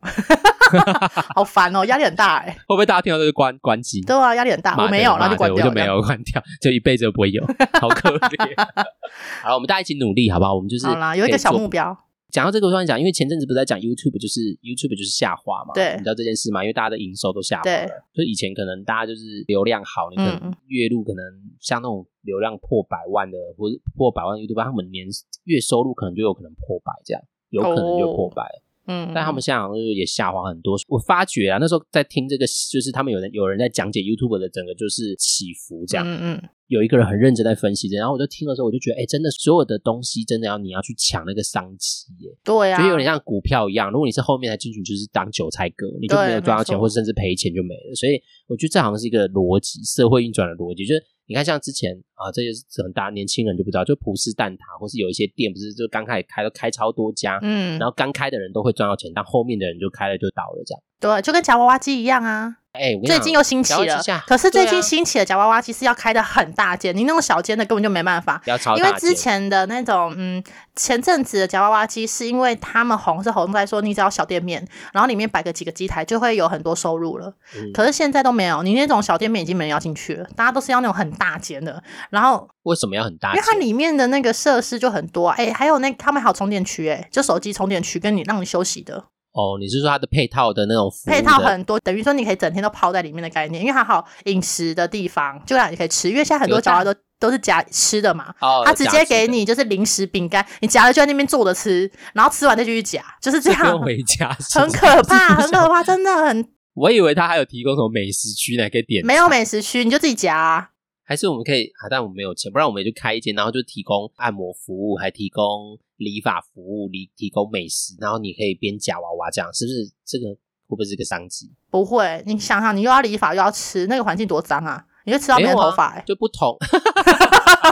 Speaker 2: 好烦哦，压力很大哎、
Speaker 1: 会不会大家听到都是关关机？
Speaker 2: 对啊，压力很大。
Speaker 1: 妈
Speaker 2: 我
Speaker 1: 的
Speaker 2: 没有，然后
Speaker 1: 妈
Speaker 2: 就
Speaker 1: 的
Speaker 2: 关
Speaker 1: 我
Speaker 2: 掉。
Speaker 1: 就没。有关掉，就一辈子都不会 有，好可怜。 好，我们大家一起努力，好不好？我们就是
Speaker 2: 好啦，有一个小
Speaker 1: 可以做
Speaker 2: 目标。
Speaker 1: 讲到这个，我突然讲，因为前阵子不是在讲 YouTube，就是 YouTube 就是下滑嘛，
Speaker 2: 对
Speaker 1: 你知道这件事吗？因为大家的营收都下滑
Speaker 2: 对
Speaker 1: 了，所以以前可能大家就是流量好，你可
Speaker 2: 嗯
Speaker 1: 能
Speaker 2: 嗯
Speaker 1: 月入可能像那种流量破百万的，或者破百万的 YouTube，他们年月收入可能就有可能破百这样，有可能就破百。
Speaker 2: 嗯，
Speaker 1: 但他们现在好像就是也下滑很多。我发觉啊，那时候在听这个，就是他们有人有人在讲解 YouTube 的整个就是起伏这样，
Speaker 2: 嗯嗯，
Speaker 1: 有一个人很认真在分析这，然后我就听的时候，我就觉得，哎、真的所有的东西真的要你要去抢那个商机耶。
Speaker 2: 对啊，
Speaker 1: 就有点像股票一样，如果你是后面才进去，就是当韭菜割，你就
Speaker 2: 对
Speaker 1: 没有赚到
Speaker 2: 没
Speaker 1: 钱，
Speaker 2: 错
Speaker 1: 或者甚至赔钱就没了。所以我觉得这好像是一个逻辑，社会运转的逻辑。就是你看，像之前啊，这就是很大年轻人就不知道，就葡式蛋挞，或是有一些店不是就刚开始开都开超多家，
Speaker 2: 嗯，
Speaker 1: 然后刚开的人都会赚到钱，但后面的人就开了就倒了这样。
Speaker 2: 对，就跟夹娃娃机一样啊，
Speaker 1: 哎、我跟你
Speaker 2: 最
Speaker 1: 讲
Speaker 2: 近又兴起
Speaker 1: 夹娃
Speaker 2: 了
Speaker 1: 机下。
Speaker 2: 可是最
Speaker 1: 对
Speaker 2: 近
Speaker 1: 啊
Speaker 2: 兴起的夹娃娃机是要开的很大件，你那种小间的根本就没办法。
Speaker 1: 不要超
Speaker 2: 因为
Speaker 1: 大
Speaker 2: 之
Speaker 1: 间
Speaker 2: 前的那种，嗯，前阵子的夹娃娃机，是因为他们红是红在说，你只要小店面，然后里面摆个几个机台，就会有很多收入了。
Speaker 1: 嗯
Speaker 2: 可是现在都没有，你那种小店面已经没人要进去了，大家都是要那种很大间的，然后
Speaker 1: 为什么要很大
Speaker 2: 因
Speaker 1: 间
Speaker 2: 为？它里面的那个设施就很多、啊，哎、还有那他们还有充电区，哎，就手机充电区跟你让你休息的，
Speaker 1: 哦，你是说它的配套的那种服务的
Speaker 2: 配套很多，等于说你可以整天都泡在里面的概念，因为它还有饮食的地方，就让你可以吃。因为现在很多
Speaker 1: 有这
Speaker 2: 饺
Speaker 1: 样
Speaker 2: 子都都是夹吃的嘛，
Speaker 1: 哦，
Speaker 2: 它直
Speaker 1: 夹
Speaker 2: 接
Speaker 1: 起来
Speaker 2: 给你就是零食饼干，你夹了就在那边坐着吃，然后吃完再继续夹，就是这
Speaker 1: 就不
Speaker 2: 样
Speaker 1: 用，回家，是不
Speaker 2: 很
Speaker 1: 是
Speaker 2: 可怕，很可怕，真的很
Speaker 1: 我以为他还有提供什么美食区呢，可以点，
Speaker 2: 没有美食区，你就自己夹、啊。
Speaker 1: 还是我们可以啊？但我们没有钱，不然我们就开一间，然后就提供按摩服务，还提供理发服务，理提供美食，然后你可以边夹娃娃这样，是不是？这个会不会是个商机？
Speaker 2: 不会，你想想，你又要理发又要吃，那个环境多脏啊！你会吃到别
Speaker 1: 没
Speaker 2: 人
Speaker 1: 有啊
Speaker 2: 头发、欸，
Speaker 1: 就不同，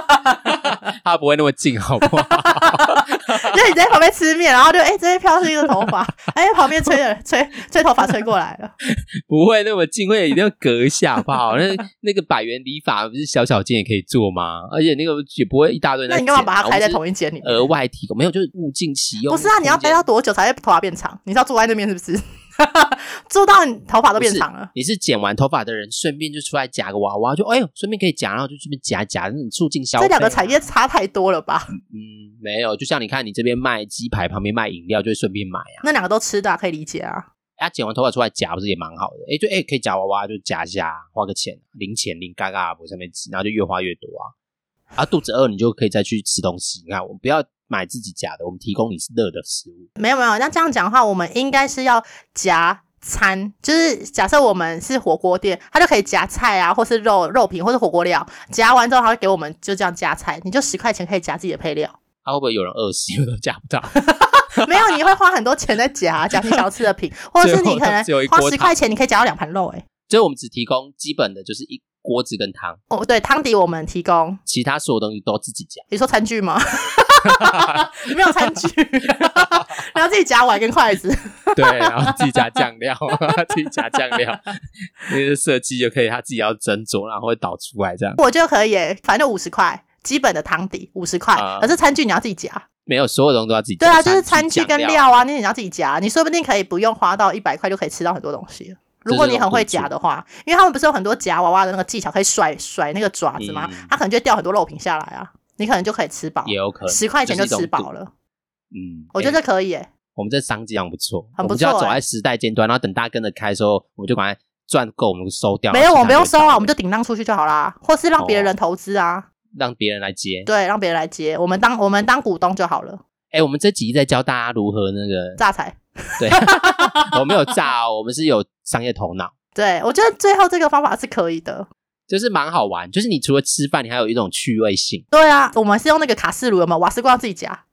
Speaker 1: 他不会那么近，好不好？
Speaker 2: 那你在旁边吃面，然后就哎、这边飘出一个头发， 哎、旁边吹了 吹吹头发吹过来 了，
Speaker 1: 不会那么近，会一定要隔一下，好不 好？那那个百元理发不是小小间也可以做吗？而且那个也不会一大堆人
Speaker 2: 那
Speaker 1: 在
Speaker 2: 你
Speaker 1: 剪
Speaker 2: 干
Speaker 1: 啊。
Speaker 2: 嘛把它开在
Speaker 1: 一
Speaker 2: 同一间里面？
Speaker 1: 额外提供？没有，就是物尽其用。
Speaker 2: 不是啊，你要
Speaker 1: 空
Speaker 2: 待
Speaker 1: 间
Speaker 2: 到多久才会头发变长？你知道坐在那边是不是？ 坐到你头发都变长了。
Speaker 1: 你是剪完头发的人，顺便就出来夹个娃娃，就哎呦，顺便可以夹，然后就顺便夹夹，那你促进消费、啊
Speaker 2: 这两个产，业差太多了吧？
Speaker 1: 嗯，没有，就像你看，你这边卖鸡排，旁边卖饮料，就会顺便买啊。
Speaker 2: 那两个都吃的啊、可以理解啊。
Speaker 1: 啊，剪完头发出来夹，不是也蛮好的？哎，就哎可以夹娃娃，就夹一下，啊花个钱，零钱零嘎啊嘎不上面挤，然后就越花越多啊。啊，肚子饿你就可以再去吃东西。你看，我们不要买自己夹的，我们提供你是热的食物。
Speaker 2: 没有没有，那这样讲的话，我们应该是要夹餐，就是假设我们是火锅店，它就可以夹菜啊，或是肉肉品，或是火锅料。夹完之后，它会给我们就这样加菜，你就十块钱可以夹自己的配 料。
Speaker 1: 啊，会不会有人饿死，因为都夹不到？
Speaker 2: 没有，你会花很多钱在夹夹你想要吃的品，或者是你可
Speaker 1: 最后它
Speaker 2: 能
Speaker 1: 只有一锅
Speaker 2: 花十
Speaker 1: 汤
Speaker 2: 块钱，你可以夹到两盘肉、欸。哎，
Speaker 1: 所以我们只提供基本的，就是一锅子跟汤，
Speaker 2: 哦，对，汤底我们提供。
Speaker 1: 其他所有东西都自己夹。
Speaker 2: 你说餐 具吗？没有餐具，然后自己夹碗跟筷子。
Speaker 1: 对，然后自己加酱料， 自己加酱料，那个设计就可以，他自己要斟酌，然后会导出来这样。
Speaker 2: 我就可以耶，反正五十块，基本的汤底五十块
Speaker 1: 啊，
Speaker 2: 可是餐具你要自己夹。
Speaker 1: 没有，所有东西都要自己加。
Speaker 2: 对啊，就是餐具
Speaker 1: 酱
Speaker 2: 跟料啊，那你要自己夹，你说不定可以不用花到一百块就可以吃到很多东西了。如果你很会夹的话，因为他们不是有很多夹娃娃的那个技巧，可以甩甩那个爪子吗
Speaker 1: 嗯？
Speaker 2: 它可能就会掉很多肉品下来啊，你可能就可以吃饱，
Speaker 1: 也有可能。
Speaker 2: 十块钱
Speaker 1: 就
Speaker 2: 就是
Speaker 1: 一种
Speaker 2: 吃饱了。
Speaker 1: 嗯，
Speaker 2: 我觉
Speaker 1: 欸
Speaker 2: 得这可以耶，
Speaker 1: 我们这商机很不错，
Speaker 2: 很不错
Speaker 1: 我们就要走
Speaker 2: 欸
Speaker 1: 在时代尖端，然后等大家跟着开的时候，我们就赶快赚够，我们就收掉。
Speaker 2: 没有，
Speaker 1: 然后
Speaker 2: 我们不用
Speaker 1: 其他
Speaker 2: 收
Speaker 1: 人
Speaker 2: 啊，我们就顶让出去就好啦，或是让别
Speaker 1: 哦
Speaker 2: 人投资啊，
Speaker 1: 让别人来接。
Speaker 2: 对，让别人来接，我们当我们当股东就好了，
Speaker 1: 哎、我们这集在教大家如何那个，
Speaker 2: 榨财。
Speaker 1: 对，我没有炸哦，我们是有商业头脑。
Speaker 2: 对，我觉得最后这个方法是可以的。
Speaker 1: 就是蛮好玩，就是你除了吃饭，你还有一种趣味性。
Speaker 2: 对啊，我们是用那个卡式炉，有没有？瓦斯罐要自己夹。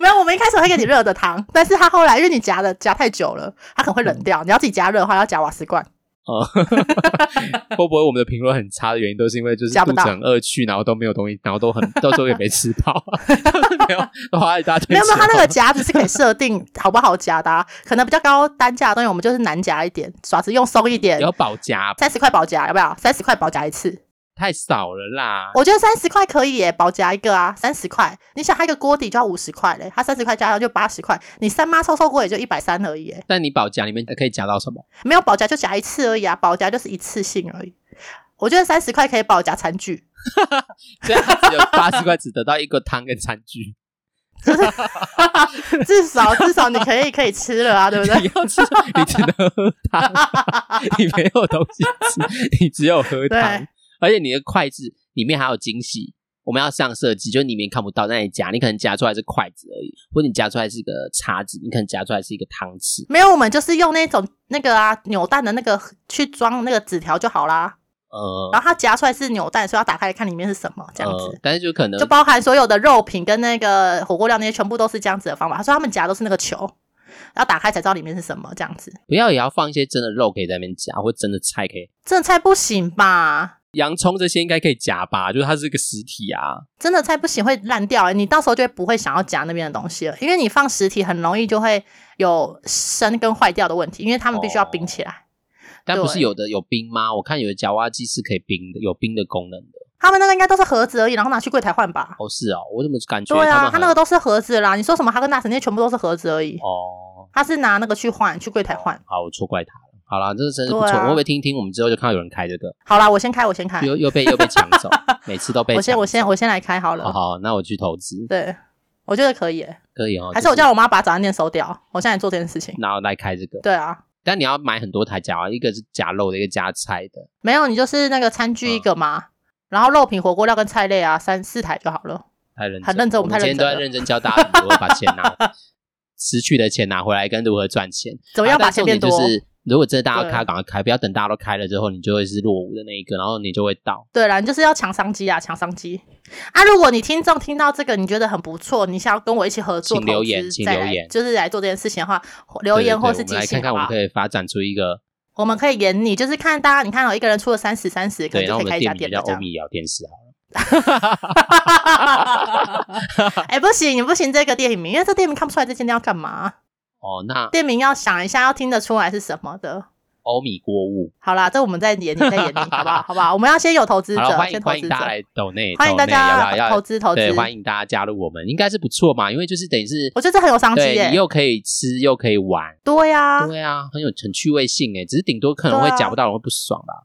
Speaker 2: 没有，我们一开始会给你热的汤，但是它后来因为你夹的夹太久了，它可能会冷掉。你要自己夹热的话，要夹瓦斯罐。
Speaker 1: 哦， 会不会我们的评论很差的原因，都是因为就是
Speaker 2: 夹不
Speaker 1: 肚子
Speaker 2: 到
Speaker 1: 很饿去，然后都没有东西，然后都很到时候也没吃饱，啊 就是没有花一大堆
Speaker 2: 没
Speaker 1: 钱。
Speaker 2: 有没有，它那个夹子是可以设定好不好夹的、啊，可能比较高单价的东西，我们就是难夹一点，爪子用松一点。
Speaker 1: 有保夹
Speaker 2: 三十块保夹，要不要？三十块保夹一次，
Speaker 1: 太少了啦。
Speaker 2: 我觉得三十块可以耶，保夹一个啊，三十块。你想，它一个锅底就要五十块嘞，它三十块加上就八十块，你三妈臭臭锅也就一百三而已耶。
Speaker 1: 但你保夹里面可以夹到什么？
Speaker 2: 没有保夹就夹一次而已啊，保夹就是一次性而已。我觉得三十块可以保夹餐具，
Speaker 1: 所以它只有八十块，只得到一个汤跟餐具。
Speaker 2: 至少至少你可以可以吃了 啊，对不
Speaker 1: 你
Speaker 2: 对？
Speaker 1: 要吃，你只能喝 汤，你没有东西吃，你只有喝汤
Speaker 2: 对。
Speaker 1: 而且你的筷子里面还有惊喜，我们要上设计，就是里面看不到，但你夹，你可能夹出来是筷子而已，或者你夹出来是一个叉子，你可能夹出来是一个汤匙。
Speaker 2: 没有，我们就是用那种那个啊扭蛋的那个去装那个纸条就好啦。
Speaker 1: 呃，
Speaker 2: 然后它夹出来是扭蛋，所以要打开来看里面是什么，哦这样
Speaker 1: 呃
Speaker 2: 子。
Speaker 1: 但是就可能
Speaker 2: 就包含所有的肉品跟那个火锅料那些，全部都是这样子的方法。他说他们夹都是那个球，然后打开才知道里面是什么，这样子。
Speaker 1: 不要也要放一些真的肉可以在那边夹，或真的菜可以。
Speaker 2: 真的菜不行吧？
Speaker 1: 洋葱这些应该可以夹吧，就是它是一个实体啊。
Speaker 2: 真的菜不行会烂掉、欸，你到时候就会不会想要夹那边的东西了，因为你放实体很容易就会有生跟坏掉的问题，因为他们必须要冰起来。
Speaker 1: 但不是
Speaker 2: 对
Speaker 1: 有的有冰吗？我看有的夹娃娃机是可以冰的，有冰的功能的。
Speaker 2: 他们那个应该都是盒子而已，然后拿去柜台换吧。
Speaker 1: 哦，是哦，我怎么感觉
Speaker 2: 对啊，
Speaker 1: 他
Speaker 2: 他那个都是盒子啦。你说什么哈根达斯那些全部都是盒子而已，
Speaker 1: 哦，
Speaker 2: 他是拿那个去换，去柜台换。
Speaker 1: 好，我错怪他了。好啦，这个真是不
Speaker 2: 对
Speaker 1: 错。
Speaker 2: 啊
Speaker 1: 我会不会听一听？我们之后就看到有人开这个，
Speaker 2: 好啦，我先开，我先开，
Speaker 1: 又又被又被抢走，每次都被哦
Speaker 2: 我先
Speaker 1: 抢
Speaker 2: 我先我先来开好了。
Speaker 1: 好好，那我去投资。
Speaker 2: 对，我觉得可以耶、欸
Speaker 1: 可以哦。
Speaker 2: 还是我叫我妈把早餐店收掉，我现在做这件事情。
Speaker 1: 然后来开这个，
Speaker 2: 对啊，
Speaker 1: 但你要买很多台夹啊，一个是夹肉的，一个夹菜的。
Speaker 2: 没有，你就是那个餐具一个嘛，然后肉品、火锅料跟菜类啊，三四台就好了。
Speaker 1: 太认真，
Speaker 2: 很认真
Speaker 1: 我
Speaker 2: 我们
Speaker 1: 们
Speaker 2: 太
Speaker 1: 今天
Speaker 2: 认
Speaker 1: 都
Speaker 2: 真
Speaker 1: 在
Speaker 2: 了
Speaker 1: 认真教大家如何把钱拿 失去的钱拿回来，跟如何赚钱。
Speaker 2: 怎么样
Speaker 1: 啊但
Speaker 2: 把钱
Speaker 1: 重点
Speaker 2: 变多？
Speaker 1: 就是，如果真的大家
Speaker 2: 对
Speaker 1: 开，赶快开，不要等大家都开了之后，你就会是落伍的那一个，然后你就会倒。
Speaker 2: 对啦，你就是要抢商机啊，抢商机啊！如果你听众听到这个，你觉得很不错，你想要跟我一起合作
Speaker 1: 请留
Speaker 2: 投
Speaker 1: 言
Speaker 2: 资，
Speaker 1: 请
Speaker 2: 再
Speaker 1: 留
Speaker 2: 来
Speaker 1: 言
Speaker 2: 就是来做这件事情的话，或留言或
Speaker 1: 对对对我们
Speaker 2: 是寄
Speaker 1: 来
Speaker 2: 信
Speaker 1: 看看，
Speaker 2: 好
Speaker 1: 我
Speaker 2: 不
Speaker 1: 们
Speaker 2: 好？
Speaker 1: 可以发展出一个
Speaker 2: 我们可以演你，就是看大家，你看哦到、一个人出了三十三十，可
Speaker 1: 对，然
Speaker 2: 能就
Speaker 1: 后
Speaker 2: 可
Speaker 1: 我们
Speaker 2: 以开
Speaker 1: 的
Speaker 2: 一家
Speaker 1: 店名
Speaker 2: 店
Speaker 1: 叫
Speaker 2: 了。这
Speaker 1: 欧
Speaker 2: 样。
Speaker 1: 米聊天室好了。
Speaker 2: 哎、不行，你不行这个店名，因为这店名看不出来这间店要干嘛。
Speaker 1: 哦，那
Speaker 2: 店名要想一下，要听得出来是什么的。
Speaker 1: 欧米锅 物，
Speaker 2: 好啦，这我们再演，你再演你，好不好？好不好？我们要先有投资
Speaker 1: 好了，
Speaker 2: 者，
Speaker 1: 欢
Speaker 2: 先
Speaker 1: 迎
Speaker 2: 投
Speaker 1: 欢迎
Speaker 2: 资者
Speaker 1: 大，家来抖内，
Speaker 2: 欢迎大
Speaker 1: 抖内要不要
Speaker 2: 家
Speaker 1: 要
Speaker 2: 投资投资
Speaker 1: 对，。欢迎大家加入我们，应该是不错嘛，因为就是等于是
Speaker 2: 我觉得这很有商机
Speaker 1: 对
Speaker 2: 耶
Speaker 1: 你。又可以吃又可以玩，
Speaker 2: 对呀，
Speaker 1: 对啊，很有很趣味性诶，只是顶多可能会
Speaker 2: 对啊嗯
Speaker 1: 夹不到，人会不爽吧。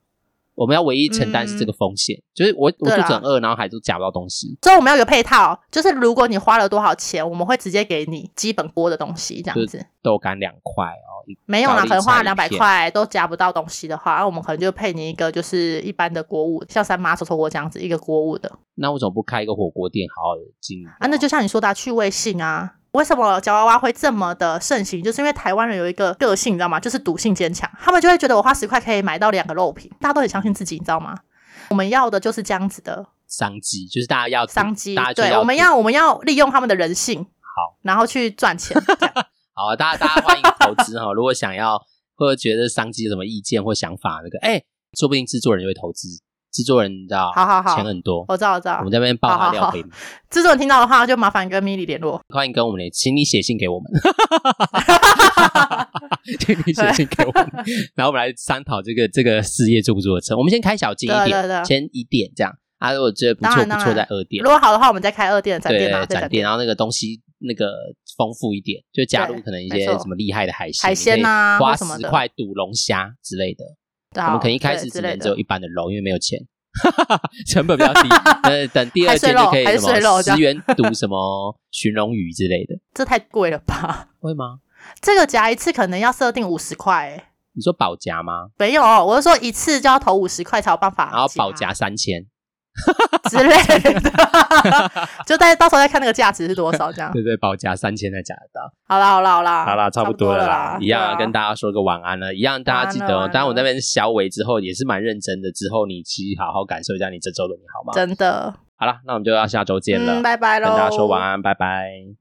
Speaker 1: 我们要唯一承担是这个风险，就是我我
Speaker 2: 对
Speaker 1: 肚
Speaker 2: 啦
Speaker 1: 子很饿，然后还是夹不到东西，
Speaker 2: 所以我们要有个配套，就是如果你花了多少钱，我们会直接给你基本锅的东西，这样子。
Speaker 1: 豆干两块哦，一
Speaker 2: 没有啦，
Speaker 1: 高丽
Speaker 2: 可能花了两
Speaker 1: 菜
Speaker 2: 百
Speaker 1: 一片
Speaker 2: 块都夹不到东西的话，那啊我们可能就配你一个就是一般的锅物，像三妈手搓锅这样子一个锅物的
Speaker 1: 那为什么不开一个火锅店，好好的经营
Speaker 2: 啊。那就像你说的啊、趣味性啊，为什么夹娃娃会这么的盛行？就是因为台湾人有一个个性，你知道吗？就是赌性坚强，他们就会觉得我花十块可以买到两个肉品，大家都很相信自己，你知道吗？我们要的就是这样子的
Speaker 1: 商机，就是大家要
Speaker 2: 商
Speaker 1: 嗯
Speaker 2: 机
Speaker 1: 大家，就
Speaker 2: 对，我们要我们要利用他们的人性，
Speaker 1: 好，
Speaker 2: 然后去赚钱。这样
Speaker 1: 好啊，大家大家欢迎投资哈。如果想要或者觉得商机有什么意见或想法，那个哎，说不定制作人就会投资，制作人你知道，
Speaker 2: 好好好
Speaker 1: 钱很多。
Speaker 2: 我知道，我知道
Speaker 1: 我们。在那边爆他料
Speaker 2: 好好
Speaker 1: 可以吗？
Speaker 2: 制作人听到的话，就麻烦跟米莉联络。
Speaker 1: 欢迎跟我们联，请你写信给我 们，请你写信给我们，然后我们来商讨这个这个事业做不做得成。我们先开小金一
Speaker 2: 对
Speaker 1: 点，
Speaker 2: 对对
Speaker 1: 先一点这样啊，如果觉得不
Speaker 2: 当
Speaker 1: 错
Speaker 2: 然
Speaker 1: 不
Speaker 2: 当
Speaker 1: 错，
Speaker 2: 然
Speaker 1: 再二点
Speaker 2: 如。果好的话，我们再开二店展
Speaker 1: 对啊
Speaker 2: 店啊嘛，再
Speaker 1: 展店，然后那个东西那个丰富一点，就加入
Speaker 2: 对
Speaker 1: 可能一
Speaker 2: 没
Speaker 1: 些
Speaker 2: 错
Speaker 1: 什么厉害的海鲜，
Speaker 2: 海鲜
Speaker 1: 你
Speaker 2: 啊
Speaker 1: 可以花
Speaker 2: 或什么
Speaker 1: 十
Speaker 2: 的
Speaker 1: 块赌龙虾之类的。
Speaker 2: 对
Speaker 1: 我
Speaker 2: 啊
Speaker 1: 们可能一开始
Speaker 2: 对
Speaker 1: 只
Speaker 2: 之
Speaker 1: 能
Speaker 2: 类
Speaker 1: 只有
Speaker 2: 的。
Speaker 1: 一般的龙，因为没有 钱，成本比较低。呃，等第二
Speaker 2: 海水
Speaker 1: 天就
Speaker 2: 肉
Speaker 1: 可以
Speaker 2: 海
Speaker 1: 什
Speaker 2: 水
Speaker 1: 么
Speaker 2: 肉这
Speaker 1: 十
Speaker 2: 样
Speaker 1: 元赌什么寻龙鱼之类的，
Speaker 2: 这太贵了吧？
Speaker 1: 会吗？
Speaker 2: 这个夹一次可能要设定五十块欸，
Speaker 1: 你说保夹吗？
Speaker 2: 没有，我是说一次就要投五十块才有办法，
Speaker 1: 然后保夹三千，
Speaker 2: 之类的， 就大家到时候再看那个价值是多少 这样。
Speaker 1: 对对，保夹三千才夹得到。
Speaker 2: 好啦好啦好啦，
Speaker 1: 好啦，差
Speaker 2: 不
Speaker 1: 不多
Speaker 2: 了
Speaker 1: 了啦，一样啊跟
Speaker 2: 大
Speaker 1: 大家说个晚安了，一样大家记得
Speaker 2: 晚安
Speaker 1: 哦
Speaker 2: 了晚。安
Speaker 1: 当然我
Speaker 2: 了
Speaker 1: 那边小伟之后也是蛮认真的，之后你去好好感受一下你这周的你好吗？
Speaker 2: 真的，
Speaker 1: 好了，那我们就要下周见了，
Speaker 2: 嗯，拜拜
Speaker 1: 跟
Speaker 2: 喽，
Speaker 1: 大家说晚。安，拜拜。